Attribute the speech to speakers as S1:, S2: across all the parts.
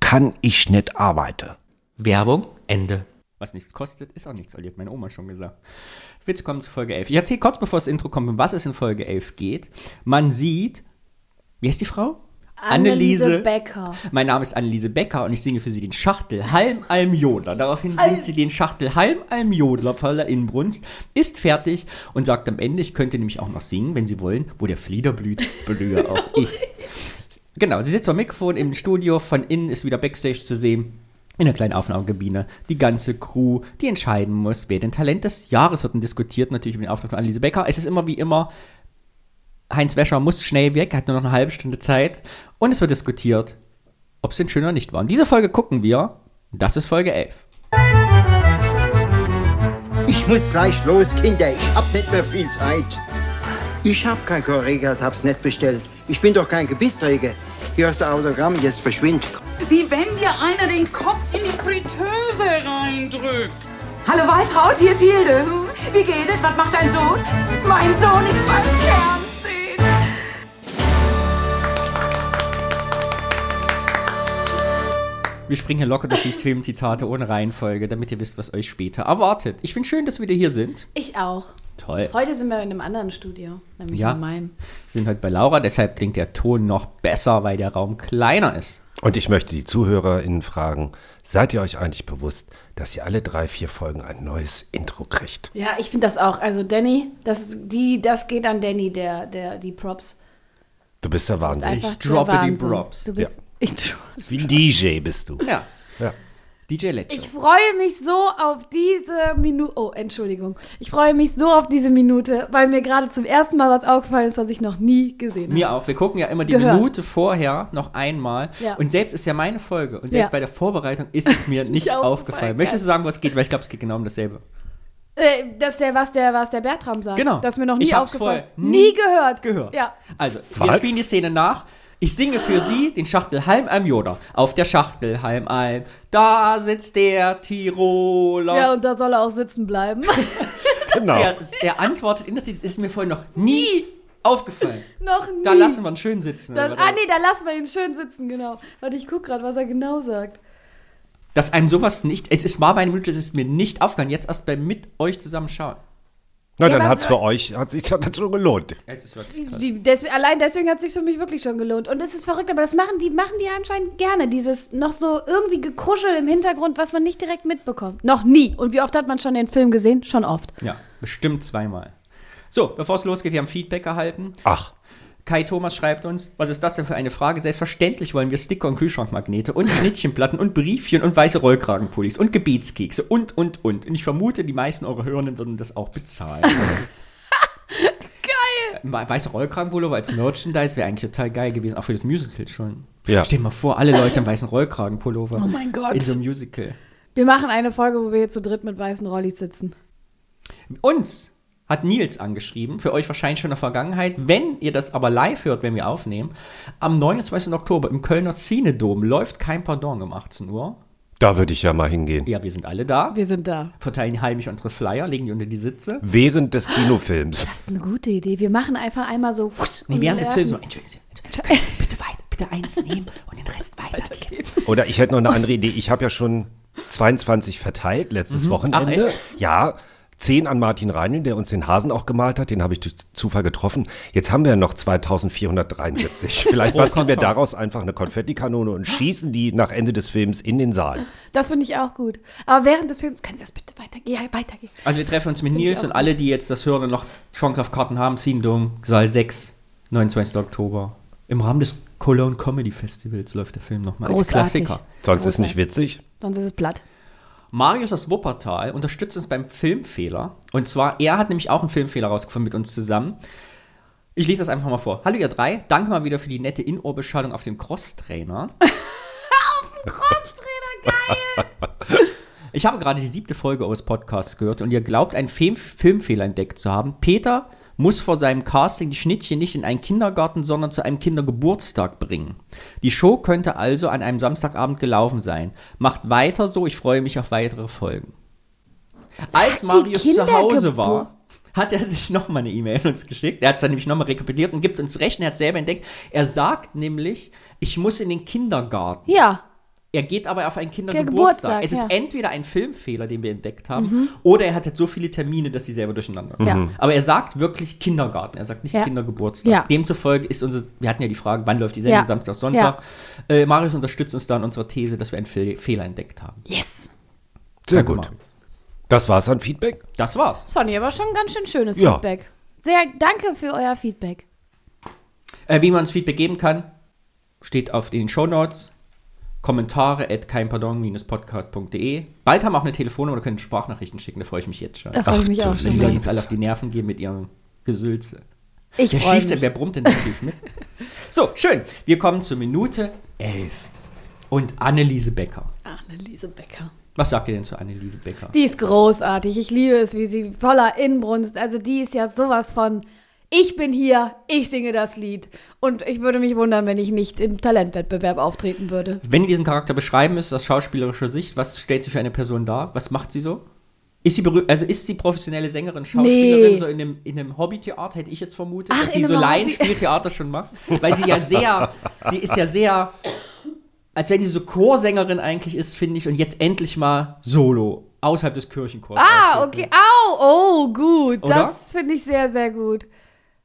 S1: kann ich nicht arbeiten.
S2: Werbung, Ende. Was nichts kostet, ist auch nichts, Olli, hat meine Oma schon gesagt. Willkommen zu Folge 11. Ich erzähle kurz, bevor das Intro kommt, um was es in Folge 11 geht. Man sieht, wie heißt die Frau?
S3: Becker.
S2: Genau. Mein Name ist Anneliese Becker und ich singe für sie den Schachtel Halm Alm Jodler. Daraufhin singt sie den Schachtel Halm Alm Jodler voller Inbrunst, ist fertig und sagt am Ende, ich könnte nämlich auch noch singen, wenn Sie wollen, wo der Flieder blüht, blühe auch ich. Genau, sie sitzt am Mikrofon im Studio, von innen ist wieder Backstage zu sehen. In der kleinen Aufnahmekabine. Die ganze Crew, die entscheiden muss, wer denn Talent des Jahres wird und diskutiert natürlich über den Auftrag von Anneliese Becker. Es ist immer wie immer, Heinz Wäscher muss schnell weg, hat nur noch eine halbe Stunde Zeit. Und es wird diskutiert, ob es denn schön oder nicht war. Und diese Folge gucken wir. Das ist Folge 11.
S4: Ich muss gleich los, Kinder. Ich hab nicht mehr viel Zeit. Ich hab kein Korregat, hab's nicht bestellt. Ich bin doch kein Gebissträger. Hier hast du Autogramm, jetzt verschwind.
S5: Wie wenn dir einer den Kopf in die Fritteuse reindrückt.
S6: Hallo Waltraud, hier ist Hilde. Hm, Wie geht es? Was macht dein Sohn? Mein Sohn ist beim Fernsehen.
S2: Wir springen hier locker durch die Filmzitate ohne Reihenfolge, damit ihr wisst, was euch später erwartet. Ich finde schön, dass wir wieder hier sind.
S3: Ich auch.
S2: Toll.
S3: Heute sind wir in einem anderen Studio, nämlich
S2: Ja.
S3: in meinem.
S2: Wir sind heute bei Laura, deshalb klingt der Ton noch besser, weil der Raum kleiner ist.
S1: Und ich möchte die ZuhörerInnen fragen, seid ihr euch eigentlich bewusst, dass ihr alle drei, vier Folgen ein neues Intro kriegt?
S3: Ja, ich finde das auch. Also Danny, das, ist- die, das geht an Danny, der, der, die Props.
S1: Du bist der
S3: Ist
S1: Wahnsinn.
S3: einfach der
S2: Also droppe die
S3: Wahnsinn.
S2: Props.
S3: Du bist, ich dro-
S1: Wie ein DJ bist du.
S2: Ja.
S1: Ja.
S2: DJ Let's
S3: Ich freue mich so auf diese Minute. Oh, Entschuldigung. Ich freue mich so auf diese Minute, weil mir gerade zum ersten Mal was aufgefallen ist, was ich noch nie gesehen habe.
S2: Mir auch. Wir gucken ja immer die
S3: Gehört.
S2: Minute vorher noch einmal.
S3: Ja.
S2: Und selbst ist ja meine Folge. Und selbst
S3: Ja.
S2: bei der Vorbereitung ist es mir nicht
S3: aufgefallen,
S2: aufgefallen.
S3: ja.
S2: Möchtest du sagen, was geht? Weil ich glaube, es geht genau um dasselbe.
S3: Äh, das ist der, was der, was der Bertram sagt.
S2: Genau.
S3: Das ist mir noch nie
S2: Ich hab's
S3: aufgefallen.
S2: voll
S3: Nie, gehört.
S2: gehört.
S3: Ja.
S2: Also, wir
S1: Was?
S2: spielen die Szene nach. Ich singe für sie den Schachtel Halm Alm Joda. Auf der Schachtel Halm Alm, da sitzt der Tiroler.
S3: Ja, und da soll er auch sitzen bleiben.
S1: Genau.
S2: Er, er antwortet in das Lied, es ist mir vorhin noch nie aufgefallen.
S3: noch nie.
S2: Da lassen wir ihn schön sitzen.
S3: Dann-
S2: oder was?
S3: ah, nee, da lassen wir ihn schön sitzen, genau. Warte, ich guck gerade, was er genau sagt.
S2: Dass einem sowas nicht, es ist mal bei einer Minute, es ist mir nicht aufgefallen. Jetzt erst beim mit euch zusammen schauen.
S1: Na,
S3: Ja,
S1: dann
S3: aber-
S1: hat's für euch, hat sich dann schon gelohnt.
S2: Es ist wirklich
S3: Die, des, allein deswegen hat es sich für mich wirklich schon gelohnt. Und es ist verrückt, aber das machen die, machen die anscheinend gerne. Dieses noch so irgendwie Gekruschel im Hintergrund, was man nicht direkt mitbekommt. Noch nie. Und wie oft hat man schon den Film gesehen? Schon oft.
S2: Ja, bestimmt zweimal. So, bevor es losgeht, wir haben Feedback erhalten.
S1: Ach,
S2: Kai Thomas schreibt uns, was ist das denn für eine Frage? Selbstverständlich wollen wir Sticker und Kühlschrankmagnete und Schnittchenplatten und Briefchen und weiße Rollkragenpullis und Gebetskekse und, und, und. Und ich vermute, die meisten eurer Hörenden würden das auch bezahlen.
S3: Geil!
S2: Äh, Weiße Rollkragenpullover als Merchandise wäre eigentlich total geil gewesen, auch für das Musical schon.
S1: Ja.
S2: Stell dir mal vor, alle Leute im weißen Rollkragenpullover.
S3: Oh mein Gott.
S2: In so einem Musical.
S3: Wir machen eine Folge, wo wir hier zu dritt mit weißen Rollis sitzen.
S2: Uns hat Nils angeschrieben, für euch wahrscheinlich schon in der Vergangenheit. Wenn ihr das aber live hört, wenn wir aufnehmen, am 29. Oktober im Kölner Cinedom läuft kein Pardon um 18 Uhr.
S1: da würde ich ja mal hingehen.
S2: Ja, wir sind alle da. Wir
S3: Wir sind da.
S2: verteilen heimlich unsere Flyer, legen die unter die Sitze.
S1: Während des Kinofilms.
S3: Das ist eine gute Idee. Wir machen einfach einmal so.
S2: Nee, während des Films.
S3: werfen-
S2: Entschuldigen Sie, Entschuldigen Sie, bitte weit, bitte eins nehmen und den Rest weitergeben.
S1: Oder ich hätte noch eine andere Idee. Ich habe ja schon 22 verteilt letztes Wochenende.
S2: Mhm. Ach, echt?
S1: Ja. 10 an Martin Reinl, der uns den Hasen auch gemalt hat, den habe ich durch Zufall getroffen. Jetzt haben wir noch 2473. Vielleicht basteln wir
S2: Karton.
S1: daraus einfach eine Konfettikanone und schießen die nach Ende des Films in den Saal.
S3: Das finde ich auch gut. Aber während des Films können Sie das bitte weitergehen. Ja, weitergehen.
S2: Also wir treffen uns mit
S3: ich
S2: Nils
S3: auch
S2: und alle, die jetzt das hören und noch Schonkraftkarten haben, Cinedom, Saal 6, 29. Oktober. Im Rahmen des Cologne Comedy Festivals läuft der Film nochmal als
S3: Großartig.
S2: Klassiker.
S1: Sonst ist nicht witzig.
S3: Sonst ist es platt.
S2: Marius aus Wuppertal unterstützt uns beim Filmfehler. Und zwar, er hat nämlich auch einen Filmfehler rausgefunden mit uns zusammen. Ich lese das einfach mal vor. Hallo ihr drei, danke mal wieder für die nette In-Ohr-Beschallung auf dem Crosstrainer.
S3: Crosstrainer, geil!
S2: Ich habe gerade die siebte Folge eures Podcasts gehört und ihr glaubt, einen Film Filmfehler entdeckt zu haben. Peter muss vor seinem Casting die Schnittchen nicht in einen Kindergarten, sondern zu einem Kindergeburtstag bringen. Die Show könnte also an einem Samstagabend gelaufen sein. Macht weiter so, ich freue mich auf weitere Folgen. Als Marius zu
S3: Kindergeburt-
S2: Hause war, hat er sich nochmal eine E-Mail an uns geschickt. Er hat es dann nämlich nochmal rekapituliert und gibt uns recht, und er hat selber entdeckt. Er sagt nämlich, ich muss in den Kindergarten.
S3: Ja.
S2: Er geht aber auf einen
S3: Geburtstag,
S2: Kindergeburtstag. Es ist
S3: ja. Mhm.
S2: entweder ein Filmfehler, den wir entdeckt haben, oder er hat jetzt so viele Termine, dass sie selber durcheinander kommen.
S3: Ja.
S2: Aber er sagt wirklich Kindergarten, er sagt nicht
S3: Mhm. Ja.
S2: Kindergeburtstag.
S3: Ja.
S2: Demzufolge ist unser, wir hatten ja die Frage, wann läuft die Sendung,
S3: Ja.
S2: Samstag, Sonntag. Äh, Marius unterstützt uns da in unserer These, dass wir einen Fehl Fehler entdeckt haben.
S3: Yes.
S1: Sehr
S2: Danke,
S1: gut.
S2: Marius.
S1: Das war's an Feedback.
S2: Das war's.
S3: Das fand ich aber schon ein ganz schön schönes
S1: Ja.
S3: Feedback. Sehr danke für euer Feedback.
S2: Äh, wie man uns Feedback geben kann, steht auf den Shownotes. Kommentare at keinpardon-podcast.de. Bald haben wir auch eine Telefonnummer, da könnt ihr Sprachnachrichten schicken, da freue ich mich jetzt schon.
S3: Da freue
S1: Ach,
S3: ich mich
S1: du
S3: auch schon.
S2: Wenn die
S3: wieder.
S2: uns alle auf die Nerven gehen mit ihrem Gesülze.
S3: Ich
S2: Wer
S3: freue
S2: schief denn,
S3: mich.
S2: wer brummt denn da schief mit? So, schön. Wir kommen zur Minute 11. Und Anneliese Becker.
S3: Anneliese Becker.
S2: Was sagt ihr denn zu Anneliese Becker?
S3: Die ist großartig. Ich liebe es, wie sie voller Inbrunst. Also die ist ja sowas von. Ich bin hier, ich singe das Lied. Und ich würde mich wundern, wenn ich nicht im Talentwettbewerb auftreten würde.
S2: Wenn ihr diesen Charakter beschreiben müsst aus schauspielerischer Sicht, was stellt sie für eine Person dar? Was macht sie so? Ist sie berühmt, also ist sie professionelle Sängerin, Schauspielerin,
S3: Nee.
S2: so in einem, in einem Hobbytheater, hätte ich jetzt vermutet,
S3: Ach,
S2: dass sie
S3: in
S2: so
S3: einem Hobby-
S2: Laienspieltheater schon macht. Weil sie ja sehr, sie ist ja sehr, als wenn sie so Chorsängerin eigentlich ist, finde ich, und jetzt endlich mal solo, außerhalb des Kirchenchors.
S3: Ah,
S2: auftritt, ne?
S3: okay. Au, oh, gut.
S2: Oder?
S3: Das finde ich sehr, sehr gut.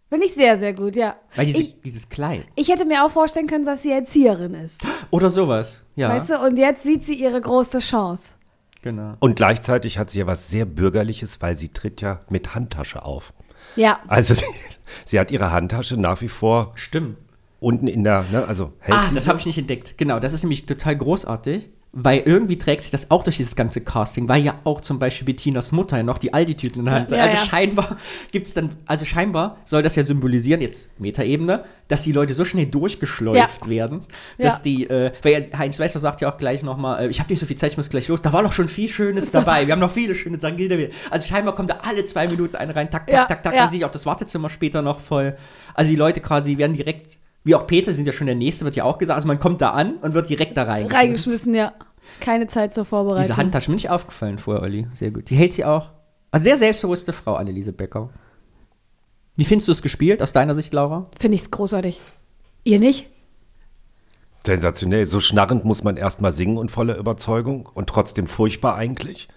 S3: Finde ich sehr, sehr gut, ja.
S2: Weil diese,
S3: Ich,
S2: dieses Kleid.
S3: ich hätte mir auch vorstellen können, dass sie Erzieherin ist.
S2: Oder sowas. Ja,
S3: Weißt du? Und jetzt sieht sie ihre große Chance.
S2: genau.
S1: Und gleichzeitig hat sie ja was sehr Bürgerliches, weil sie tritt ja mit Handtasche auf.
S3: Ja.
S1: Also sie, sie hat ihre Handtasche nach wie vor
S2: Stimmt.
S1: unten in der, ne, also hält
S2: Ah,
S1: sie.
S2: das
S1: so.
S2: habe ich nicht entdeckt. Genau, das ist nämlich total großartig, weil irgendwie trägt sich das auch durch dieses ganze Casting, weil ja auch zum Beispiel Bettinas Mutter ja noch die Aldi-Tüten in der Hand hat.
S3: Ja,
S2: also
S3: ja.
S2: scheinbar gibt's dann, also scheinbar soll das ja symbolisieren, jetzt Metaebene, dass die Leute so schnell durchgeschleust
S3: Ja.
S2: werden, dass
S3: Ja.
S2: die, äh, weil ja, Heinz Wäscher sagt ja auch gleich nochmal, äh, ich habe nicht so viel Zeit, ich muss gleich los. Da war noch schon viel Schönes dabei. Wir haben noch viele schöne Sachen. jeder will. Also scheinbar kommt da alle zwei Minuten einer rein, tak, tak,
S3: Ja,
S2: tak, tak,
S3: ja.
S2: dann sehe ich auch das Wartezimmer später noch voll. Also die Leute quasi werden direkt, wie auch Peter sind ja schon der Nächste, wird ja auch gesagt, also man kommt da an und wird direkt da rein.
S3: Reingeschmissen, ja. Keine Zeit zur Vorbereitung.
S2: Diese Handtasche, mir nicht aufgefallen vorher, Olli. Sehr gut. Die hält sie auch. Also sehr selbstbewusste Frau, Anneliese Becker. Wie findest du es gespielt, aus deiner Sicht, Laura?
S3: Finde ich's großartig. Ihr nicht?
S1: Sensationell. So schnarrend muss man erstmal singen und voller Überzeugung und trotzdem furchtbar eigentlich.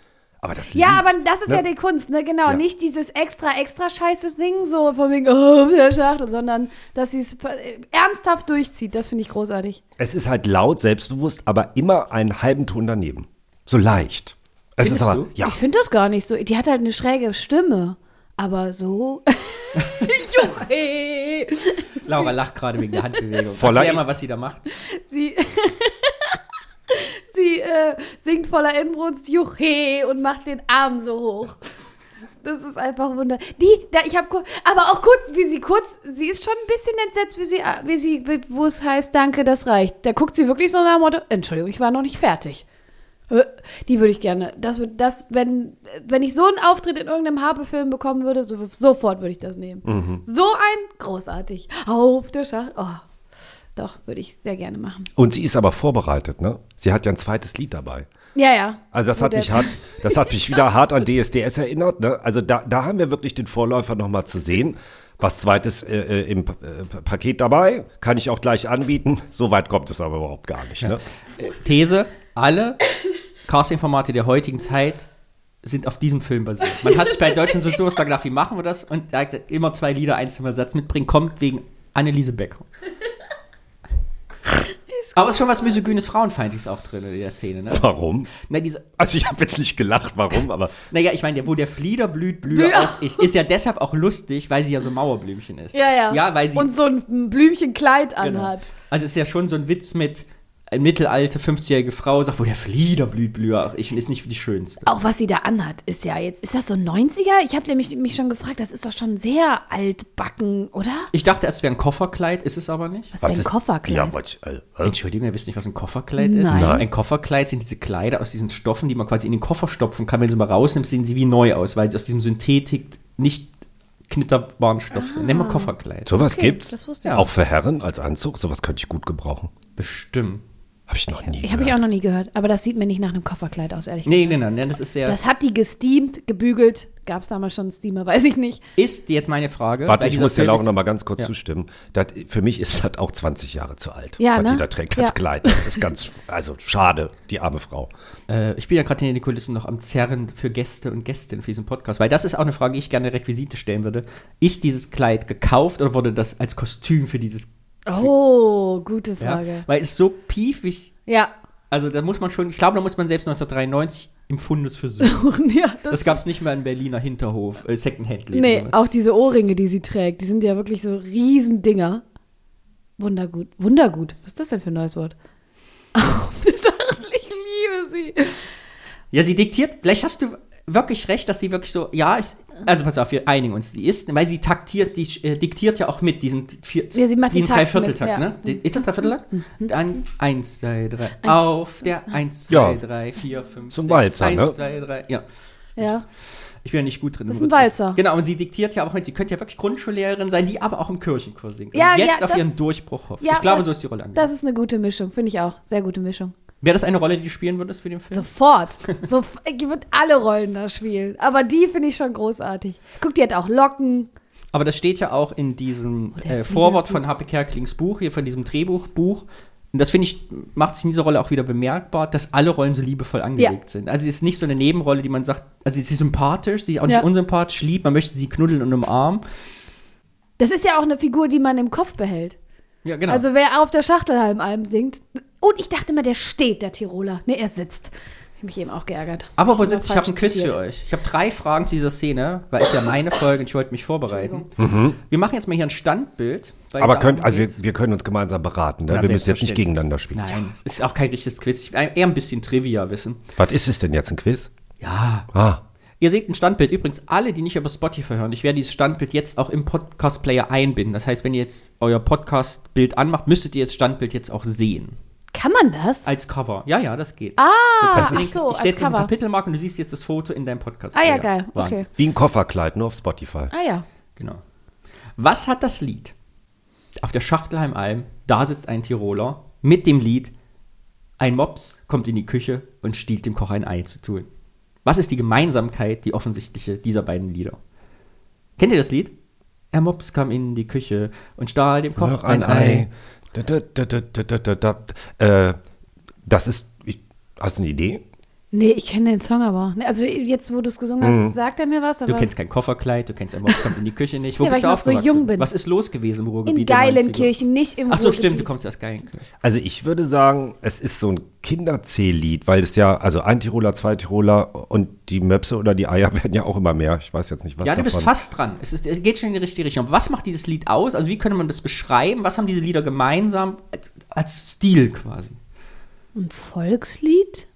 S1: Aber das
S3: Ja,
S1: Lied,
S3: aber das ist
S1: ne?
S3: ja die Kunst, ne? Genau.
S1: Ja.
S3: Nicht dieses extra, extra Scheiße singen, so von wegen, oh, der Schachtel, sondern dass sie es ernsthaft durchzieht. Das finde ich großartig.
S1: Es ist halt laut, selbstbewusst, aber immer einen halben Ton daneben. So leicht. Es
S2: Findest
S1: ist aber,
S2: du?
S1: ja.
S3: Ich finde das gar nicht so. Die hat halt eine schräge Stimme. Aber so. Juche!
S2: Laura lacht gerade wegen der Handbewegung.
S1: Voller
S2: Erklär
S1: I-
S2: mal, was sie da macht.
S3: Sie. Sie äh, singt voller Inbrunst Juche und macht den Arm so hoch. Das ist einfach wunder. Die, da, ich habe, aber auch gut, wie sie kurz, sie ist schon ein bisschen entsetzt, wie sie, äh, wie sie, wie- wo es heißt, danke, das reicht. Da guckt sie wirklich so nach dem Motto, Entschuldigung, ich war noch nicht fertig. Äh, Die würde ich gerne. Das würde, das, wenn, wenn ich so einen Auftritt in irgendeinem Harpe-Film bekommen würde, so, sofort würde ich das nehmen. So ein großartig. Auf der Schach. Oh, doch, würde ich sehr gerne machen.
S1: Und sie ist aber vorbereitet, ne? Sie hat ja ein zweites Lied dabei.
S3: Ja, ja.
S1: Also das
S3: Wo
S1: hat
S3: Oh, der-
S1: mich, hart, das hat mich wieder hart an DSDS erinnert. Ne? Also da, da haben wir wirklich den Vorläufer nochmal zu sehen. Was zweites äh, äh, im P- äh, P- Paket dabei, kann ich auch gleich anbieten. So weit kommt es aber überhaupt gar nicht. Ne?
S2: Äh, These, alle Casting-Formate der heutigen Zeit sind auf diesem Film basiert. Man hat es bei Deutschen so Durst, da gedacht, wie machen wir das? Und da immer zwei Lieder, ein Satz mitbringen, kommt wegen Anneliese Becker. Aber es ist schon was misogynes, frauenfeindliches auch drin in der Szene, ne?
S1: Warum?
S2: Na, diese,
S1: Also ich habe jetzt nicht gelacht, warum, aber
S2: naja, ich meine, der- wo der Flieder blüht, blühe
S3: Blühe
S2: auch ich. Ist ja deshalb auch lustig, weil sie ja so Mauerblümchen ist.
S3: Ja, ja.
S2: Ja, weil sie Genau.
S3: Und so ein Blümchenkleid anhat.
S2: Also es ist ja schon so ein Witz mit, eine mittelalte 50-jährige Frau sagt, wo der Fliederblühblüher ich und ist nicht die schönste.
S3: Auch was sie da anhat, ist ja jetzt. Ist das so 90er? Ich habe nämlich mich schon gefragt, das ist doch schon sehr altbacken, oder?
S2: Ich dachte, es wäre ein Kofferkleid, ist es aber nicht.
S3: Was, ist denn Kofferkleid?
S1: Ja, wollte ich, äh, äh,
S2: Entschuldigung, ihr wisst nicht, was ein Kofferkleid ist?
S3: Nein. Nein.
S2: Ein Kofferkleid sind diese Kleider aus diesen Stoffen, die man quasi in den Koffer stopfen kann. Wenn du sie mal rausnimmst, sehen sie wie neu aus, weil sie aus diesem Synthetik nicht knitterbaren Stoff sind. Nennen wir
S3: Ah.
S2: Kofferkleid.
S1: sowas gibt's.
S3: das wusste
S2: ich.
S1: Auch für Herren als Anzug, sowas könnte ich gut gebrauchen.
S2: Bestimmt.
S1: Habe ich noch nie.
S3: ich habe ich auch
S1: gehört.
S3: noch nie gehört. Aber das sieht mir nicht nach einem Kofferkleid aus, ehrlich
S2: Nee,
S3: gesagt.
S2: nee, nee, nee, das ist ja.
S3: Das hat die gesteamt, gebügelt. Gab es damals schon einen Steamer, weiß ich nicht.
S2: ist jetzt meine Frage.
S1: Warte,
S2: weil
S1: ich
S2: dieser
S1: muss der
S2: Film
S1: Laura
S2: ist-
S1: noch mal ganz kurz
S2: Ja.
S1: zustimmen. Das, für mich ist das auch 20 Jahre zu alt,
S3: Ja,
S1: was
S3: ne?
S1: die da trägt als
S3: Ja.
S1: Kleid. Das ist ganz, also schade, die arme Frau.
S2: Äh, ich bin ja gerade hinter den Kulissen noch am Zerren für Gäste und Gästinnen für diesen Podcast, weil das ist auch eine Frage, die ich gerne Requisite stellen würde. Ist dieses Kleid gekauft oder wurde das als Kostüm für dieses.
S3: Oh, gute
S2: Ja?
S3: Frage.
S2: Weil es so piefig.
S3: Ja.
S2: Also da muss man schon, ich glaube, da muss man selbst 1993 im Fundus versuchen.
S3: ja.
S2: Das gab es nicht mehr im Berliner Hinterhof, äh, Secondhand-Läden.
S3: Nee, auch diese Ohrringe, die sie trägt, die sind ja wirklich so Riesendinger. Wundergut. Wundergut. Was ist das denn für ein neues Wort? ich liebe sie.
S2: Ja, sie diktiert, vielleicht hast du wirklich recht, dass sie wirklich so, ja, ist, also pass auf, wir einigen uns, sie ist, weil sie taktiert, die äh, diktiert ja auch mit, diesen vier,
S3: Ja, sie macht den
S2: diesen
S3: Takt
S2: Dreivierteltakt,
S3: mit, ja. Mhm.
S2: ne? Den- Ist das Dreivierteltakt? Dann eins, zwei, drei, auf der eins, zwei,
S1: Ja.
S2: drei, vier, fünf,
S1: So ein
S2: sechs,
S1: Walzer,
S2: eins,
S1: ne?
S2: zwei, drei, ja.
S3: Ja.
S2: Ich bin ja nicht gut drin.
S3: Das
S2: im
S3: ist ein
S2: Rhythmus.
S3: Walzer.
S2: Genau, und sie diktiert ja auch mit, sie könnte ja wirklich Grundschullehrerin sein, die aber auch im Kirchenchor singt.
S3: Ja,
S2: und jetzt
S3: ja,
S2: auf
S3: das-
S2: ihren Durchbruch hofft.
S3: ja
S2: ich glaube,
S3: das-
S2: so ist die Rolle angegangen.
S3: Das ist eine gute Mischung, finde ich auch. Sehr gute Mischung.
S2: Wäre das eine Rolle, die du spielen würdest für den Film?
S3: Sofort. So, ich würde alle Rollen da spielen. Aber die finde ich schon großartig. Guck, die hat auch Locken.
S2: Aber das steht ja auch in diesem
S3: Oh, der
S2: äh, Vorwort von Happe Kerklings Buch, hier von diesem Drehbuchbuch. Und das finde ich, macht sich in dieser Rolle auch wieder bemerkbar, dass alle Rollen so liebevoll angelegt
S3: Ja.
S2: sind. Also sie ist nicht so eine Nebenrolle, die man sagt, also sie ist sympathisch, sie ist auch nicht
S3: Ja.
S2: unsympathisch, lieb, man möchte sie knuddeln und umarmen.
S3: Das ist ja auch eine Figur, die man im Kopf behält.
S2: Ja, genau.
S3: Also wer auf der Schachtelhalmalm singt. Und ich dachte immer, der steht, der Tiroler. Nee, er sitzt. Hab mich eben auch geärgert.
S2: aber wo
S3: immer
S2: sitzt, ich
S3: falsch
S2: habe ein Quiz
S3: zitiert.
S2: für euch. Ich habe drei Fragen zu dieser Szene, weil es ja meine Folge und ich wollte mich vorbereiten. Wir machen jetzt mal hier ein Standbild. weil
S1: Mhm. Aber
S2: darum
S1: könnt, also
S2: um geht's.
S1: wir, wir können uns gemeinsam beraten. Ne?
S2: Na,
S1: Wir müssen jetzt nicht
S2: selbstverständlich.
S1: gegeneinander spielen.
S2: Nein, es ist auch kein richtiges Quiz. Ich will eher ein bisschen Trivia wissen.
S1: Was ist es denn jetzt, ein Quiz?
S2: Ja,
S1: Ah,
S2: Ihr seht ein Standbild. Übrigens, alle, die nicht über Spotify hören, ich werde dieses Standbild jetzt auch im Podcast-Player einbinden. Das heißt, wenn ihr jetzt euer Podcast-Bild anmacht, müsstet ihr das Standbild jetzt auch sehen.
S3: Kann man das?
S2: Als Cover. Ja, ja, das geht.
S3: ah,
S1: das ist-
S3: ach so,
S2: ich stelle
S3: als
S2: jetzt einen
S3: Cover.
S2: Kapitelmarke und du siehst jetzt das Foto in deinem podcast
S3: Ah ja, geil.
S2: Wahnsinn.
S3: Okay.
S1: wie ein Kofferkleid, nur auf Spotify.
S3: Ah ja.
S2: Genau. Was hat das Lied? Auf der Schachtelheimalm, da sitzt ein Tiroler mit dem Lied Ein Mops kommt in die Küche und stiehlt dem Koch ein Ei zu tun. Was ist die Gemeinsamkeit, die offensichtliche dieser beiden Lieder? Kennt ihr das Lied? Ein Mops kam in die Küche und stahl dem Koch
S1: Noch ein Ei. Da, da, da, da, da, da, da, da. Äh, das ist, ich, hast du eine Idee?
S3: Nee, ich kenne den Song aber. Nee, Also jetzt, wo du es gesungen hast, sagt er mir was. Aber
S2: Mhm. Du kennst kein Kofferkleid, du kennst ein Mops kommt in die Küche nicht. Wo
S3: Ja, weil ich
S2: bist du
S3: noch so
S2: aufgewachsen?
S3: jung bin.
S2: Was ist los gewesen im
S3: in
S2: Ruhrgebiet? der 90er?
S3: Geilenkirchen, nicht im
S2: Ach so, stimmt, du
S3: Ruhrgebiet.
S2: kommst aus Geilenkirchen.
S1: Also ich würde sagen, es ist so ein Kinderzähllied, weil es ja, also ein Tiroler, zwei Tiroler und die Möpse oder die Eier werden ja auch immer mehr. Ich weiß jetzt nicht, was
S2: Ja, du
S1: davon.
S2: bist fast dran. Es, ist, es geht schon in die richtige Richtung. Was macht dieses Lied aus? Also, wie könnte man das beschreiben? Was haben diese Lieder gemeinsam als, als Stil quasi?
S3: Ein Volkslied?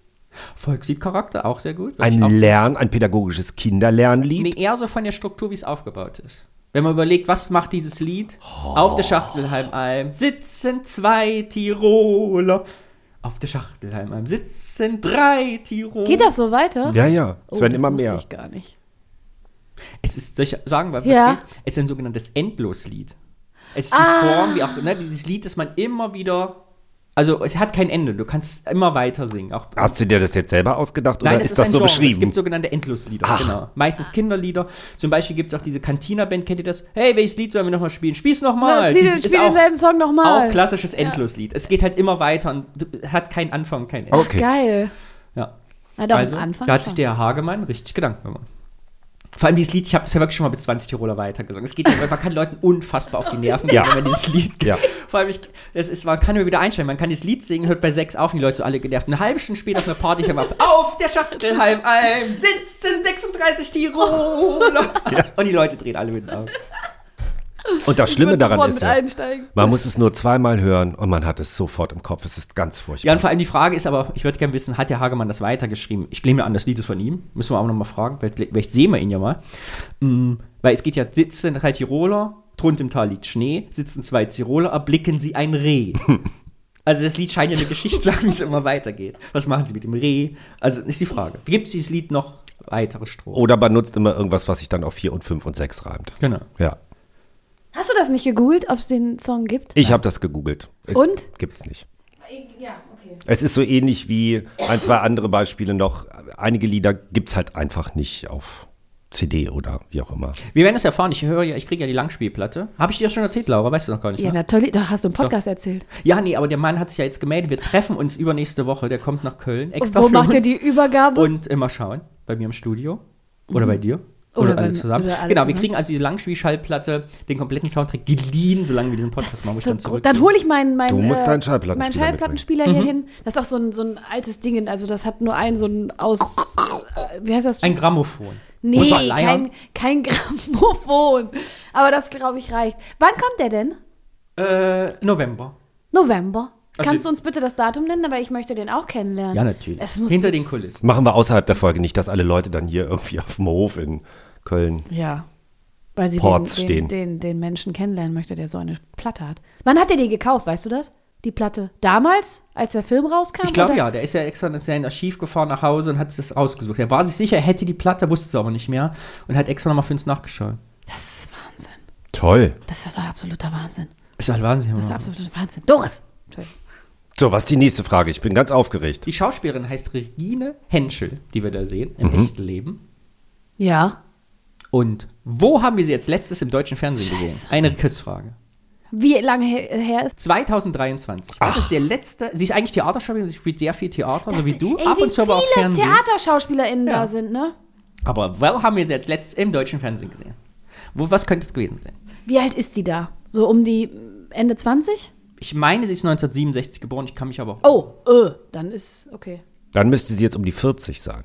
S2: Volksliedcharakter, auch sehr gut.
S1: ein
S2: Würde ich auch-
S1: Lern, ein pädagogisches Kinderlernlied.
S2: nee, eher so von der Struktur, wie es aufgebaut ist. Wenn man überlegt, was macht dieses Lied?
S1: Oh.
S2: Auf der Schachtelheimalm sitzen zwei Tiroler. Auf der Schachtelheimalm sitzen drei Tiroler.
S3: Geht das so weiter?
S1: Ja, ja, es
S3: Oh,
S1: werden
S3: das
S1: immer
S3: wusste
S1: mehr.
S3: ich gar nicht.
S2: Es ist, soll ich sagen, weil was
S3: Ja.
S2: geht? es ist ein sogenanntes Endloslied. Es ist die
S3: Ah.
S2: Form, wie auch, ne, dieses Lied, das man immer wieder, also es hat kein Ende, du kannst es immer weiter singen. Auch,
S1: Hast du dir das jetzt selber ausgedacht oder ist, das so
S2: Es
S1: beschrieben?
S2: gibt sogenannte Endloslieder,
S1: Ach.
S2: genau. Meistens Kinderlieder. Zum Beispiel gibt es auch diese Cantina-Band, kennt ihr das? Hey, welches Lied sollen wir nochmal spielen? Spiel's
S3: Na,
S2: nochmal!
S3: spiel- spiel denselben Song noch mal.
S2: Auch klassisches Endloslied. Es geht halt immer weiter und du- hat keinen Anfang, kein Ende.
S1: okay.
S3: Geil.
S2: Ja.
S3: Na doch,
S2: also,
S3: am Anfang
S2: da hat sich
S3: schon.
S2: der Herr Hagemann richtig Gedanken gemacht. Vor allem dieses Lied, ich habe das ja wirklich schon mal bis 20 Tiroler weitergesungen. Es geht ja, man kann Leuten unfassbar auf die Nerven gehen,
S1: Ja.
S2: wenn man dieses Lied.
S1: Ja.
S2: Vor allem, ich, es ist, man kann mir wieder einstellen, man kann dieses Lied singen, hört bei sechs auf und die Leute so alle genervt. Eine halbe Stunde später auf einer Party hört man auf, auf der Schachtelheim
S3: Oh.
S2: sitzen 36 Tiroler. Und die Leute drehen alle mit den Augen.
S1: Und das Schlimme
S3: würd
S1: daran
S3: sofort
S1: ist
S3: mit
S1: ja,
S3: einsteigen.
S1: man muss es nur zweimal hören und man hat es sofort im Kopf. Es ist ganz
S2: Ja,
S1: furchtbar.
S2: und vor allem die Frage ist aber, ich würde gerne wissen, hat der Hagemann das weitergeschrieben? Ich nehme an, das Lied ist von ihm. Müssen wir aber nochmal fragen. Vielleicht, vielleicht sehen wir ihn ja mal. Mm, weil es geht ja, sitzen drei Tiroler, drunter im Tal liegt Schnee, sitzen zwei Tiroler, erblicken sie ein Reh. Also das Lied scheint ja eine Geschichte zu sein, wie es immer weitergeht. Was machen sie mit dem Reh? Also ist die Frage. Gibt es dieses Lied noch weitere Strophen?
S1: Oder man nutzt immer irgendwas, was sich dann auf 4 und 5 und 6 reimt.
S2: Genau.
S1: Ja.
S3: Hast du das nicht gegoogelt, ob es den Song gibt?
S1: Ich habe das gegoogelt. Es
S3: Und?
S1: Gibt's nicht.
S3: Ja, okay.
S1: Es ist so ähnlich wie ein, zwei andere Beispiele noch. Einige Lieder gibt's halt einfach nicht auf CD oder wie auch immer.
S2: Wir werden das erfahren. Ich höre ja, ich kriege ja die Langspielplatte. Habe ich dir das schon erzählt, Laura? Weißt du noch gar nicht,
S3: Ja,
S2: ne?
S3: natürlich. Doch, hast du im Podcast erzählt.
S2: Ja, nee, aber der Mann hat sich ja jetzt gemeldet. Wir treffen uns übernächste Woche. Der kommt nach Köln.
S3: Und
S2: Extra
S3: wo
S2: für
S3: macht ihr
S2: uns.
S3: die Übergabe?
S2: Und immer schauen. Bei mir im Studio. Oder bei dir. Oder,
S3: Mhm. Oder
S2: alle
S3: bei mir.
S2: zusammen.
S3: Oder alle
S2: genau, wir
S3: zusammen.
S2: kriegen also diese Langspielschallplatte, den kompletten Soundtrack geliehen, solange wir diesen
S3: Das
S2: Podcast
S3: ist
S2: machen. muss ich
S3: so
S2: dann
S3: groß.
S2: zurückgeben.
S3: Dann hole ich meinen, meinen,
S1: Du musst
S3: äh,
S1: deinen Schallplattenspieler
S3: meinen
S1: mitbringen.
S3: Schallplattenspieler
S2: Mhm.
S3: hier hin. Das ist auch so ein, so ein altes Ding. Also das hat nur ein so ein aus. äh, Wie heißt das?
S2: Ein Grammophon.
S3: nee,
S2: Muss man leiern?
S3: kein, kein Grammophon. Aber das glaube ich reicht. Wann kommt der denn?
S2: Äh, November.
S3: November.
S2: Also-
S3: Kannst du uns bitte das Datum nennen? Aber ich möchte den auch kennenlernen.
S2: Ja, natürlich.
S3: Es muss
S2: Hinter den Kulissen.
S1: Machen wir außerhalb der Folge nicht, dass alle Leute dann hier irgendwie auf dem Hof in Köln.
S3: ja. Weil sie den, den,
S1: Ports stehen.
S3: Den, den Menschen kennenlernen möchte, der so eine Platte hat. Wann hat er die gekauft, weißt du das? Die Platte. Damals, als der Film rauskam?
S2: Ich glaube
S3: oder?
S2: ja, der ist ja extra in sein Archiv gefahren nach Hause und hat sich das rausgesucht. Er war sich sicher, er hätte die Platte, wusste es aber nicht mehr und hat extra nochmal für uns nachgeschaut.
S3: Das ist Wahnsinn.
S1: Toll.
S3: Das ist doch absoluter Wahnsinn.
S2: Ist halt Wahnsinn.
S3: Das ist
S2: Mann.
S3: absoluter Wahnsinn. Doris! Entschuldigung.
S1: So, was ist die nächste Frage? Ich bin ganz aufgeregt.
S2: Die Schauspielerin heißt Regine Henschel, die wir da sehen, im echten Leben.
S3: Ja.
S2: Und wo haben wir sie als letztes im deutschen Fernsehen gesehen? Eine Quizfrage.
S3: Wie lange he- her ist
S2: 2023. Das ist der letzte. Sie ist eigentlich Theaterschauspielerin, also sie spielt sehr viel Theater, so wie du.
S3: Ey,
S2: Ab
S3: wie
S2: und zu aber auch
S3: viele
S2: Fernsehen.
S3: TheaterschauspielerInnen
S2: Ja.
S3: da sind, ne?
S2: aber well haben wir sie als letztes im deutschen Fernsehen gesehen. Wo, was könnte es gewesen sein?
S3: Wie alt ist die da? So um die mm, Ende 20?
S2: Ich meine, sie ist 1967 geboren, ich kann mich aber auch.
S3: Oh, äh, dann ist, okay.
S1: Dann müsste sie jetzt um die 40 sein.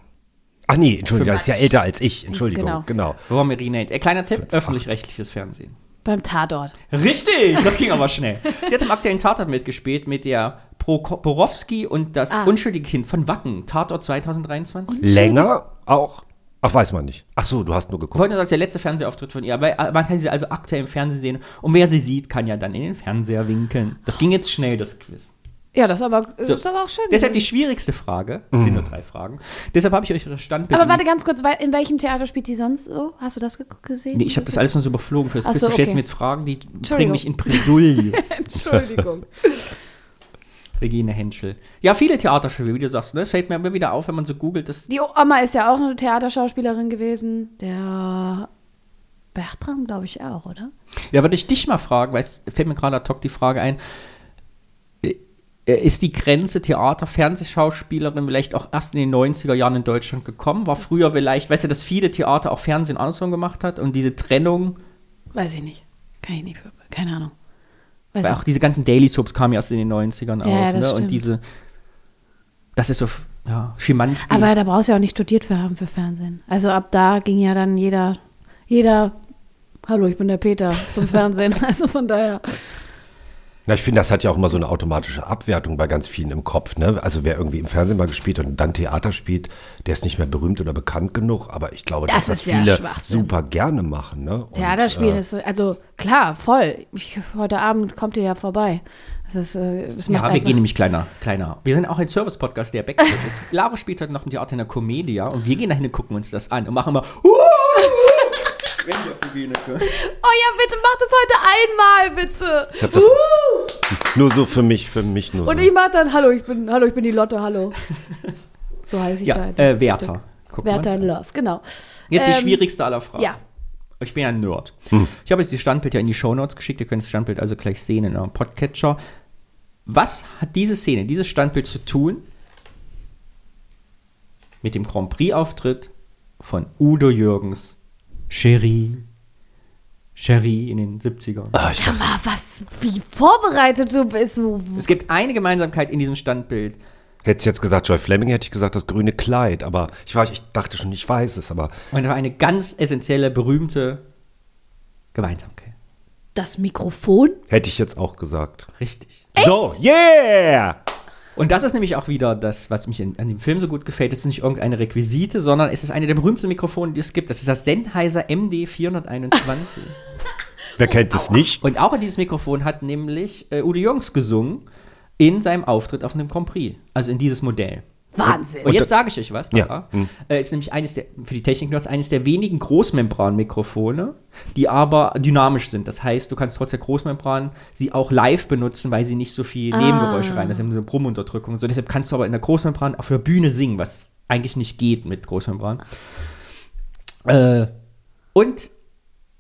S1: Ach nee, Entschuldigung, das ist ja älter als ich. Entschuldigung,
S3: genau.
S1: genau.
S2: Wo haben wir Renate? Äh, kleiner Tipp: öffentlich-rechtliches Fernsehen.
S3: Beim Tatort.
S2: Richtig, das ging aber schnell. Sie hat im aktuellen Tatort mitgespielt mit der Proko- Borowski und das
S3: Ah.
S2: unschuldige Kind von Wacken, Tatort 2023.
S1: Länger auch? Ach, weiß man nicht. Ach so, du hast nur
S2: Ich
S1: geguckt.
S2: wollte das ist der letzte Fernsehauftritt von ihr, aber man kann sie also aktuell im Fernsehen sehen und wer sie sieht, kann ja dann in den Fernseher winken. Das ging jetzt schnell, das Quiz.
S3: Ja, das ist aber, das
S2: So.
S3: ist aber auch schön.
S2: Deshalb die schwierigste Frage, es sind nur drei Fragen, deshalb habe ich euch ihre Standbilder.
S3: aber warte ganz kurz, wei- in welchem Theater spielt die sonst so? Hast du das ge- gesehen?
S2: Nee, ich habe das alles nur so überflogen fürs
S3: Ach
S2: Quiz.
S3: so,
S2: du stellst
S3: okay.
S2: mir jetzt Fragen, die bringen mich in Bredouille.
S3: Entschuldigung.
S2: Regine Henschel. Ja, viele Theaterstücke, wie du sagst, ne? Das fällt mir immer wieder auf, wenn man so googelt, dass
S3: Die Oma ist ja auch eine Theaterschauspielerin gewesen. Der Bertram, glaube ich, auch, oder?
S2: Ja, würde ich dich mal fragen, weil es fällt mir gerade ad hoc die Frage ein. äh, äh, Ist die Grenze Theater, Fernsehschauspielerin vielleicht auch erst in den 90er Jahren in Deutschland gekommen? War früher vielleicht, weißt du, dass viele Theater auch Fernsehen andersrum gemacht hat und diese Trennung,
S3: Weiß ich nicht. Kann ich nicht. Keine Ahnung. Weiß
S2: weil
S3: ich
S2: auch diese ganzen Daily Soaps kamen ja erst in den 90ern auf,
S3: Also ja, das
S2: ne? Und
S3: stimmt.
S2: diese, das ist so, ja, Schimanski.
S3: Aber da brauchst du ja auch nicht studiert für haben für Fernsehen. Also ab da ging ja dann jeder, jeder, hallo, ich bin der Peter zum Fernsehen. Also von daher.
S1: Na, ich finde, das hat ja auch immer so eine automatische Abwertung bei ganz vielen im Kopf. Ne? Also wer irgendwie im Fernsehen mal gespielt hat und dann Theater spielt, der ist nicht mehr berühmt oder bekannt genug. Aber ich glaube, dass
S3: Das
S1: das
S3: ist ja
S1: viele
S3: Schwachsinn.
S1: super gerne machen. Ne? Und,
S3: Theaterspielen
S1: äh,
S3: ist, also klar, voll. Ich, heute Abend kommt ihr ja vorbei. Das ist, äh, es macht
S2: Ja, wir
S3: einfach-
S2: gehen nämlich kleiner, kleiner. Wir sind auch ein Service-Podcast, der Backstage ist. Lara spielt heute noch im Theater in der Comedia und wir gehen dahin und gucken uns das an und machen immer "Huh!" wenn sie auf die Bühne
S3: Oh
S2: kommen.
S3: ja, bitte mach das heute einmal, bitte.
S1: Ich hab das nur so für mich, für mich nur.
S3: Und
S1: so.
S3: ich mach dann, hallo, ich bin, hallo, ich bin die Lotte, hallo. So heiße ich
S2: Ja,
S3: da. in
S2: äh,
S3: dem
S2: Werther. Ah.
S3: Stück.
S2: Gucken wir uns
S3: Werther
S2: an.
S3: Love, genau.
S2: Jetzt die
S3: Ähm,
S2: schwierigste aller Fragen.
S3: Ja,
S2: Ich bin ja ein Nerd. Ich habe jetzt die Standbild ja in die Shownotes geschickt. Ihr könnt das Standbild also gleich sehen in eurem Podcatcher. Was hat diese Szene, dieses Standbild zu tun mit dem Grand Prix-Auftritt von Udo Jürgens Cherie? Cherie in den 70ern.
S1: Ah, ich dachte,
S3: Ah, was, wie vorbereitet du bist. wo- wo-
S2: Es gibt eine Gemeinsamkeit in diesem Standbild.
S1: hättest jetzt gesagt, Joy Fleming, hätte ich gesagt, das grüne Kleid. Aber ich, war, ich dachte schon, ich weiß es. Aber
S2: Und da war eine ganz essentielle, berühmte Gemeinsamkeit.
S3: das Mikrofon?
S1: Hätte ich jetzt auch gesagt.
S2: Richtig.
S1: So, yeah!
S2: Und das ist nämlich auch wieder das, was mich in, an dem Film so gut gefällt. Es ist nicht irgendeine Requisite, sondern es ist eine der berühmtesten Mikrofone, die es gibt. Das ist das Sennheiser MD421.
S1: Wer kennt es nicht?
S2: Und auch an dieses Mikrofon hat nämlich äh, Udo Jungs gesungen in seinem Auftritt auf einem Grand Prix. Also in dieses Modell.
S3: Wahnsinn.
S2: Und, jetzt sage ich euch was. pass
S1: Ja.
S2: auf. Äh, ist nämlich eines der, für die Technik-Nerds, eines der wenigen Großmembran-Mikrofone, die aber dynamisch sind. Das heißt, du kannst trotz der Großmembran sie auch live benutzen, weil sie nicht so viel Nebengeräusche rein. Das ist eben so eine Brummunterdrückung und so. Deshalb kannst du aber in der Großmembran auf der Bühne singen, was eigentlich nicht geht mit Großmembran. Äh, und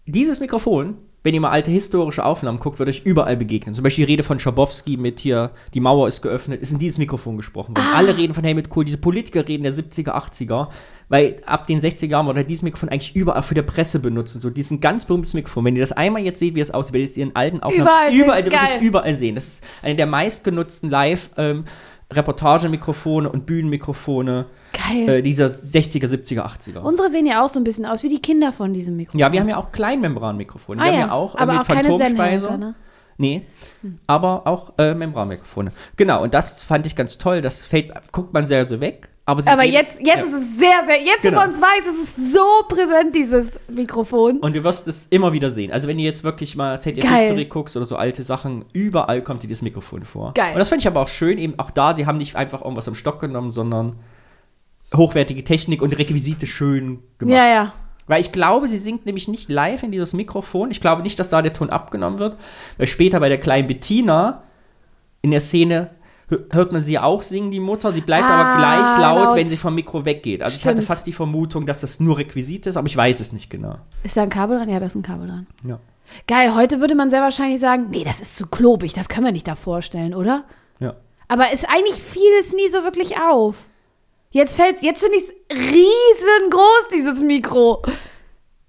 S2: dieses Mikrofon, wenn ihr mal alte historische Aufnahmen guckt, wird euch überall begegnen. Zum Beispiel die Rede von Schabowski mit hier, die Mauer ist geöffnet, ist in dieses Mikrofon gesprochen
S3: Ah.
S2: worden. Alle reden von Helmut Kohl, diese Politiker reden der 70er, 80er, weil ab den 60er Jahren wurde dieses Mikrofon eigentlich überall für die Presse benutzt und so. Diesen ganz berühmtes Mikrofon. Wenn ihr das einmal jetzt seht, wie es aussieht, werdet ihr es in alten Aufnahmen
S3: Überall sehen,
S2: überall, ihr werdet
S3: geil.
S2: es überall sehen. Das ist eine der meistgenutzten Live- ähm, Reportagemikrofone und Bühnenmikrofone
S3: Geil.
S2: äh, dieser 60er, 70er, 80er.
S3: Unsere sehen ja auch so ein bisschen aus wie die Kinder von diesem Mikrofon.
S2: Ja, wir haben ja auch Kleinmembranmikrofone.
S3: Ah
S2: wir
S3: ja,
S2: haben ja auch, äh,
S3: aber
S2: mit
S3: auch keine
S2: Phantomspeisung.
S3: Sennheiser, ne? Hm.
S2: Nee, aber auch äh, Membranmikrofone. Genau, und das fand ich ganz toll. Das fällt, guckt man sehr so weg. Aber, sie
S3: Aber
S2: gehen-
S3: jetzt, jetzt
S2: ja.
S3: ist es sehr, sehr, jetzt
S2: Genau.
S3: wo man es weiß, es ist so präsent, dieses Mikrofon.
S2: Und du wirst es immer wieder sehen. Also wenn du jetzt wirklich mal ZDF
S3: Geil.
S2: History guckst oder so alte Sachen, überall kommt dir dieses Mikrofon vor.
S3: Geil.
S2: Und das finde ich aber auch schön, eben auch da, sie haben nicht einfach irgendwas am Stock genommen, sondern hochwertige Technik und Requisite schön gemacht.
S3: Ja, ja.
S2: Weil ich glaube, sie singt nämlich nicht live in dieses Mikrofon. Ich glaube nicht, dass da der Ton abgenommen wird. Weil später bei der kleinen Bettina in der Szene hö- hört man sie auch singen, die Mutter. Sie bleibt
S3: Ah,
S2: aber gleich laut,
S3: laut.
S2: wenn sie vom Mikro weggeht. Also ich hatte
S3: Stimmt.
S2: fast die Vermutung, dass das nur Requisit ist, aber ich weiß es nicht genau.
S3: Ist da ein Kabel dran? Ja, da ist ein Kabel dran.
S2: Ja.
S3: Geil, heute würde man sehr wahrscheinlich sagen, nee, das ist zu klobig, das können wir nicht da vorstellen, oder?
S2: ja.
S3: Aber es eigentlich fiel es nie so wirklich auf. Jetzt fällt jetzt finde ich es riesengroß, dieses Mikro.
S2: Ja,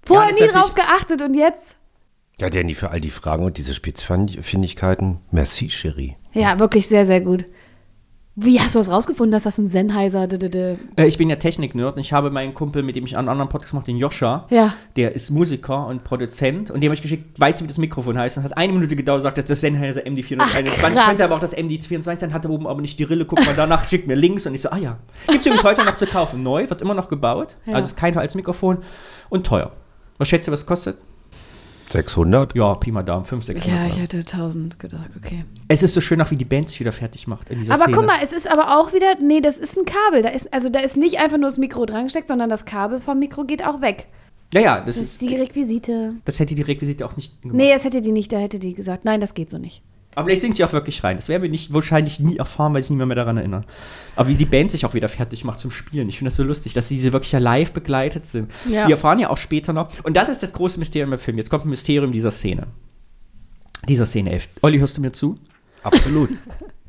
S3: Vorher
S2: ist
S3: nie
S2: natürlich-
S3: drauf geachtet und jetzt.
S1: Ja, Danny, für all die Fragen und diese Spitzfindigkeiten, merci, Cherie.
S3: Ja, wirklich sehr, sehr gut. Wie hast du das rausgefunden, dass das ein Sennheiser? d- d- d-
S2: Äh, Ich bin ja Technik-Nerd und ich habe meinen Kumpel, mit dem ich einen anderen Podcast mache, den Joscha.
S3: Ja.
S2: Der ist Musiker und Produzent und dem habe ich geschickt, weißt du, wie das Mikrofon heißt? Und hat eine Minute gedauert und sagt, das ist das Sennheiser
S3: Ach,
S2: MD421.
S3: krass.
S2: könnte aber auch das MD24 sein, hatte oben aber nicht die Rille. Guck mal danach, schickt mir links. Und ich so, ah ja. Gibt es übrigens heute noch zu kaufen. Neu, wird immer noch gebaut.
S3: Ja.
S2: Also ist kein als Mikrofon und teuer. Was schätzt ihr, was es kostet?
S1: 600?
S2: Ja, Pi mal Daumen, 5, 6
S3: Ja, ich hätte 1000 gedacht, okay.
S2: Es ist so schön, auch wie die Band sich wieder fertig macht in dieser
S3: Aber
S2: Szene.
S3: guck mal, es ist aber auch wieder, nee, das ist ein Kabel. Da ist, also da ist nicht einfach nur das Mikro dran gesteckt, sondern das Kabel vom Mikro geht auch weg.
S2: Ja, ja, das,
S3: Das ist
S2: ist,
S3: die Requisite.
S2: das hätte die Requisite auch nicht gemacht.
S3: Nee, das hätte die nicht, da hätte die gesagt, nein, das geht so nicht.
S2: Aber vielleicht singt sie auch wirklich rein. Das werden wir nicht, wahrscheinlich nie erfahren, weil ich niemand mehr daran erinnere. Aber wie die Band sich auch wieder fertig macht zum Spielen. Ich finde das so lustig, dass sie sie wirklich ja live begleitet sind.
S3: Ja.
S2: Wir erfahren ja auch später noch. Und das ist das große Mysterium im Film. Jetzt kommt ein Mysterium dieser Szene. Dieser Szene 11. Olli, hörst du mir zu?
S1: Absolut.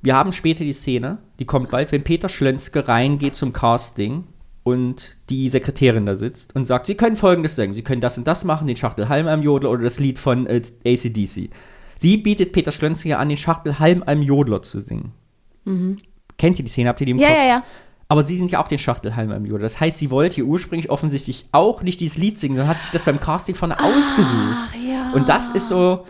S2: Wir haben später die Szene, die kommt bald, wenn Peter Schlönzke reingeht zum Casting und die Sekretärin da sitzt und sagt, sie können folgendes singen, sie können das und das machen, den Schachtelhalm am Jodler oder das Lied von äh, ACDC. Sie bietet Peter Schlönzke an, den Schachtelhalm am Jodler zu singen. Kennt ihr die Szene? Habt ihr die im
S3: Mhm. Ja,
S2: Kopf?
S3: ja, ja.
S2: Aber sie sind ja auch den Schachtelhalm am Jodler. Das heißt, sie wollte hier ursprünglich offensichtlich auch nicht dieses Lied singen, sondern hat sich das beim Casting von ausgesucht.
S3: ja.
S2: Und das ist so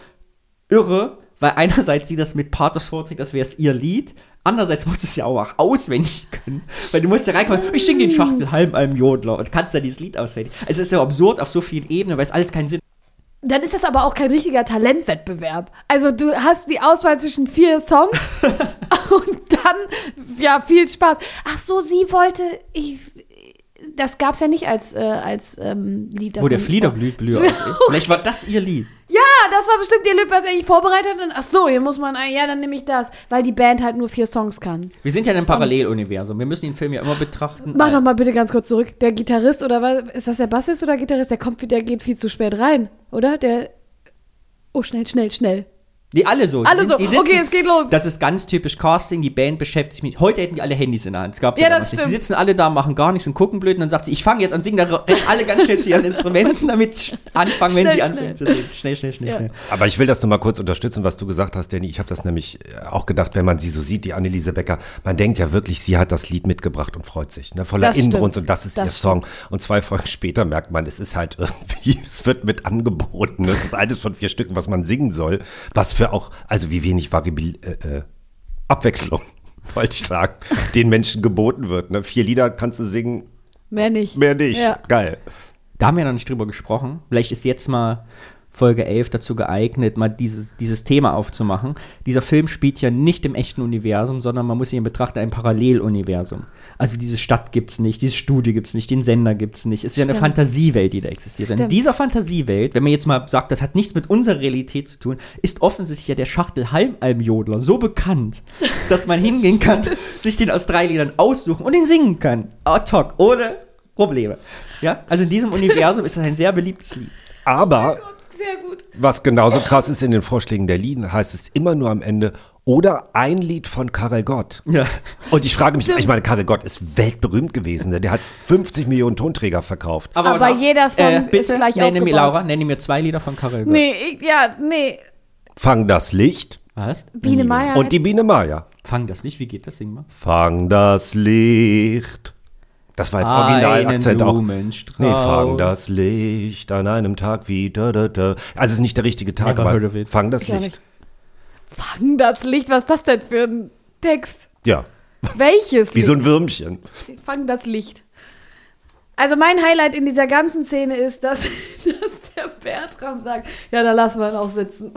S2: irre, weil einerseits sie das mit Pathos vorträgt, das wäre es ihr Lied. Andererseits muss es ja auch mal auswendig können. Weil du musst ja reinkommen, ich singe den Schachtel halb einem Jodler und kannst ja dieses Lied auswendig. Also Es ist ja absurd auf so vielen Ebenen, weil es alles keinen Sinn
S3: Dann ist das aber auch kein richtiger Talentwettbewerb. Also du hast die Auswahl zwischen vier Songs und dann, ja, viel Spaß. Ach so, sie wollte, ich, das gab's ja nicht als, äh, als ähm, Lied. das
S2: Wo der
S3: man-
S2: Flieder blüht, blüht. Vielleicht war das ihr Lied.
S3: Ja, das war bestimmt ihr Lied, was er nicht vorbereitet hat. Und, ach so, hier muss man, ein- ja, dann nehme ich das. Weil die Band halt nur vier Songs kann.
S2: Wir sind ja in einem Paralleluniversum. Wir müssen den Film ja immer betrachten.
S3: Mach noch mal bitte ganz kurz zurück. Der Gitarrist oder was, ist das der Bassist oder Gitarrist? Der kommt, der geht viel zu spät rein, oder? Der, oh, schnell, schnell, schnell.
S2: Die alle so. Die
S3: Alle
S2: sind-
S3: so.
S2: die sitzen-
S3: Okay, es geht los.
S2: Das ist ganz typisch Casting. Die Band beschäftigt sich mit. Heute hätten die alle Handys in der Hand. Das gab's
S3: Ja,
S2: damals
S3: das
S2: nicht. Die
S3: stimmt.
S2: sitzen alle da, machen gar nichts und gucken blöd. Und dann sagt sie, ich fange jetzt an singen. Dann rennen alle ganz schnell zu ihren Instrumenten, damit sie anfangen, wenn
S3: Schnell,
S2: sie
S3: schnell.
S2: anfangen zu singen. Schnell, schnell, schnell,
S3: Ja.
S2: schnell.
S1: Aber ich will das nochmal kurz unterstützen, was du gesagt hast, Danny. Ich habe das nämlich äh, auch gedacht, wenn man sie so sieht, die Anneliese Becker, man denkt ja wirklich, sie hat das Lied mitgebracht und freut sich. Ne? Voller
S3: Das
S1: Inbrunst
S3: stimmt.
S1: und das ist
S3: Das
S1: ihr Song. Und zwei Folgen später merkt man, es ist halt irgendwie, es wird mit angeboten. Das ist eines von vier Stücken, was man singen soll. Was für auch, also wie wenig Variabil äh, äh, Abwechslung, wollte ich sagen, den Menschen geboten wird. Ne? Vier Lieder kannst du singen,
S3: Mehr nicht.
S1: mehr nicht.
S3: Ja.
S1: Geil.
S2: Da haben wir noch nicht drüber gesprochen. Vielleicht ist jetzt mal Folge 11 dazu geeignet, mal dieses, dieses Thema aufzumachen. Dieser Film spielt ja nicht im echten Universum, sondern man muss ihn betrachten, ein Paralleluniversum. Also diese Stadt gibt's nicht, diese Studie gibt's nicht, den Sender gibt's nicht. Es ist ja eine
S3: Stimmt.
S2: Fantasiewelt, die da existiert. In
S3: Stimmt.
S2: dieser Fantasiewelt, wenn man jetzt mal sagt, das hat nichts mit unserer Realität zu tun, ist offensichtlich ja der Schachtel Halmalmjodler so bekannt, dass man hingehen kann, sich den aus drei Liedern aussuchen und den singen kann. Ad hoc, ohne Probleme. Ja, also in diesem Universum ist das ein sehr beliebtes Lied.
S1: Aber
S6: Sehr gut.
S1: Was genauso krass ist in den Vorschlägen der Lieden, heißt es immer nur am Ende oder ein Lied von Karel Gott.
S2: Ja.
S1: Und ich frage mich, ich meine, Karel Gott ist weltberühmt gewesen. ne? Der hat 50 Millionen Tonträger verkauft.
S3: Aber
S2: pass auf, Äh,
S3: jeder Song ist gleich
S2: nenne mir,
S3: aufgebaut.
S2: Laura, nenne mir zwei Lieder von Karel Gott.
S3: Nee, ich, ja, nee.
S1: Fang das Licht
S2: Was?
S3: Biene Meier.
S1: und die Biene Maya.
S2: Fang das nicht, wie geht das? Sing mal.
S1: Fang das Licht. Das war jetzt Originalakzent auch. Nee, fang das Licht an einem Tag wie da, da, da. Also es ist nicht der richtige Tag,
S2: Never
S1: aber
S2: heard of it.
S1: fang das
S3: Ich auch
S1: Licht.
S3: Fang das Licht, was ist das denn für ein Text?
S1: Ja,
S3: Welches
S1: wie
S3: Licht?
S1: so ein Würmchen.
S3: Fang das Licht. Also mein Highlight in dieser ganzen Szene ist, dass, dass der Bertram sagt, ja, da lassen wir ihn auch sitzen.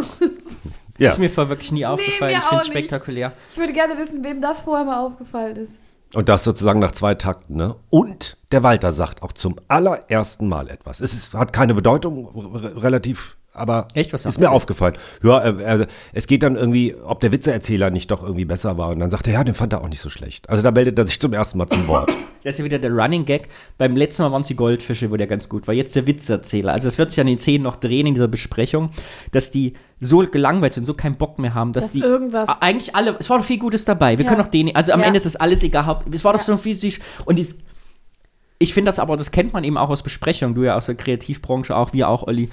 S1: Ja.
S2: Ist mir vorher wirklich nie aufgefallen.
S3: mir
S2: ich finde es
S3: auch nicht.
S2: spektakulär.
S3: Ich würde gerne wissen, wem das vorher mal aufgefallen ist.
S1: Und das sozusagen nach zwei Takten, ne? Und der Walter sagt auch zum allerersten Mal etwas. Es ist, hat keine Bedeutung, r- r- relativ, aber
S2: Echt, was sagt
S1: ist mir
S2: er?
S1: aufgefallen. Ja, er, er, es geht dann irgendwie, ob der Witzeerzähler nicht doch irgendwie besser war. Und dann sagt er, ja, den fand er auch nicht so schlecht. Also da meldet er sich zum ersten Mal zum Wort.
S2: Das ist ja wieder der Running Gag. Beim letzten Mal waren es die Goldfische, wo der ganz gut war. Jetzt der Witzerzähler. Also es wird sich an den Szenen noch drehen in dieser Besprechung, dass die so gelangweilt sind, so keinen Bock mehr haben, dass
S3: Dass
S2: die
S3: irgendwas-
S2: A- eigentlich alle. Es war doch viel Gutes dabei. Wir
S3: Ja.
S2: können doch den. Also am
S3: Ja.
S2: Ende ist das alles egal. Haupt- Es war doch so physisch und dies, ich finde das aber, das kennt man eben auch aus Besprechungen, du ja aus der Kreativbranche auch, wir auch, Olli.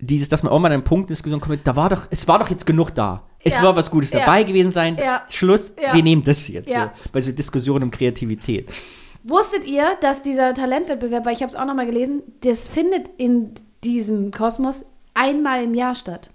S2: Dieses, dass man irgendwann an einen Punkt in der Diskussion kommt, da war doch, es war doch jetzt genug da. Es
S3: Ja.
S2: war was Gutes
S3: Ja.
S2: dabei gewesen sein.
S3: Ja.
S2: Schluss,
S3: Ja.
S2: wir nehmen das jetzt.
S3: Ja.
S2: So, bei so Diskussionen um Kreativität.
S3: Wusstet ihr, dass dieser Talentwettbewerb, weil ich habe es auch nochmal gelesen, das findet in diesem Kosmos einmal im Jahr statt.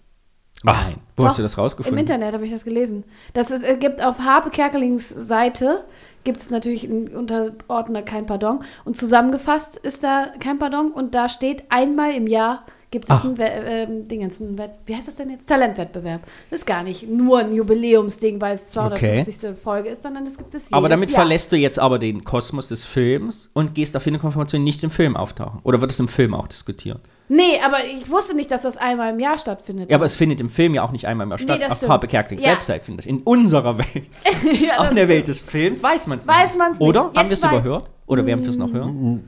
S1: Ach,
S2: Nein. Wo hast
S3: Doch,
S2: du das rausgefunden?
S3: Im Internet habe ich das gelesen. Das ist, es gibt auf Harpe Kerkelings Seite gibt es natürlich einen Unterordner Kein Pardon und zusammengefasst ist da Kein Pardon und da steht einmal im Jahr gibt es
S2: Ach.
S3: einen, We äh, ähm, Dingens, einen Wett wie heißt das denn jetzt? Talentwettbewerb. Das ist gar nicht nur ein Jubiläumsding, weil es 250. Folge ist, sondern es gibt es jedes
S2: Aber damit
S3: Jahr.
S2: verlässt du jetzt aber den Kosmos des Films und gehst auf jede Konfirmation nicht im Film auftauchen. Oder wird es im Film auch diskutiert?
S3: Nee, aber ich wusste nicht, dass das einmal im Jahr stattfindet.
S2: Ja, aber es findet im Film ja auch nicht einmal mehr statt.
S3: das
S2: auf
S3: stimmt.
S2: Harpe Kerkelings
S3: Ja.
S2: Website findet. In unserer Welt.
S3: Ja,
S2: auch
S3: das-
S2: in der Welt des Films weiß man es
S3: Weiß man's nicht.
S2: Oder?
S3: Jetzt
S2: Haben wir es
S3: weiß-
S2: überhört? Oder werden wir es noch
S1: Hm,
S2: hören?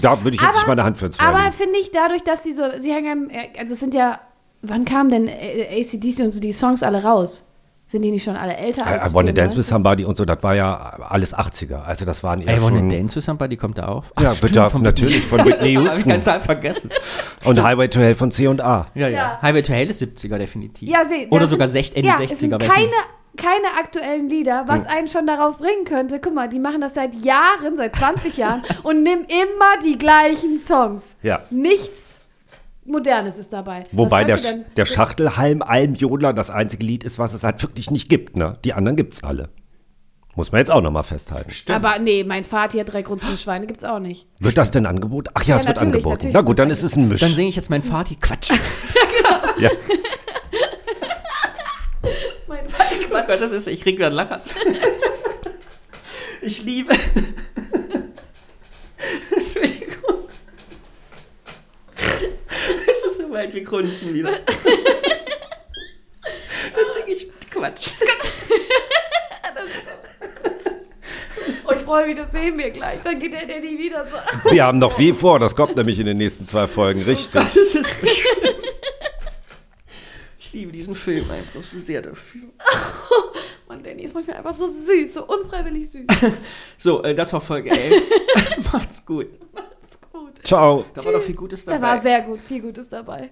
S1: Da würde ich jetzt nicht meine Hand für ins Feuer
S3: aber
S1: legen.
S3: finde ich dadurch, dass sie so, sie hängen, im- also es sind ja, wann kamen denn äh, ACDC und so die Songs alle raus? Sind die nicht schon alle älter als
S1: I, I wanna
S3: wir,
S1: dance
S3: ne?
S1: with somebody und so, das war ja alles 80er. Also das waren eher
S2: I Wanna
S1: schon...
S2: Dance with Somebody kommt da auf.
S1: Ja,
S2: stimmt,
S1: bitte,
S2: von-
S1: natürlich, von Whitney
S2: Hab ich
S1: Houston.
S2: ganz einfach vergessen.
S1: Und Highway to Hell von C&A.
S2: Ja, ja.
S3: Ja.
S2: Highway to Hell ist 70er definitiv.
S3: Ja, sie,
S2: Oder
S3: das
S2: sogar
S3: sind-
S2: 60, Ende
S3: ja,
S2: 60er.
S3: Es sind
S2: weiß man
S3: keine, keine aktuellen Lieder, was
S1: Hm.
S3: einen schon darauf bringen könnte. Guck mal, die machen das seit Jahren, seit 20 Jahren und nehmen immer die gleichen Songs.
S1: Ja.
S3: Nichts Modernes ist dabei. Was
S1: Wobei der,
S3: könnte denn-
S1: der Schachtelhalm Almjodler das einzige Lied ist, was es halt wirklich nicht gibt. Ne? Die anderen gibt's alle. Muss man jetzt auch nochmal festhalten.
S3: Aber nee, mein Vater hat drei grundsätzliche Schweine, gibt's auch nicht.
S1: Wird das denn angeboten? Ach ja,
S3: Ja,
S1: es wird
S3: natürlich,
S1: angeboten.
S3: natürlich
S1: Na gut,
S3: wird
S1: dann
S3: es
S1: ist es ein Misch.
S2: Dann singe ich jetzt meinen Vati. Quatsch.
S1: ja.
S3: Mein Vati
S2: Oh Gott, das ist, ich krieg wieder einen Lacher. ich liebe. Entschuldigung. Es ist so weit, wir grunzen wieder. Dann sing ich Quatsch.
S3: Oh, ich freue mich, das sehen wir gleich. Dann geht der Danny wieder so.
S1: Wir haben noch viel vor, das kommt nämlich in den nächsten zwei Folgen, richtig.
S2: Das ist so schlimm. Ich liebe diesen diesen Film einfach so sehr dafür.
S3: Mann, Danny ist manchmal einfach so süß, so unfreiwillig süß.
S2: So, äh, das war Folge 11. Macht's gut.
S3: Ist gut.
S1: Ciao.
S2: Da war doch
S3: Tschüss.
S2: viel Gutes
S3: Da war
S2: dabei.
S3: sehr gut, viel Gutes dabei.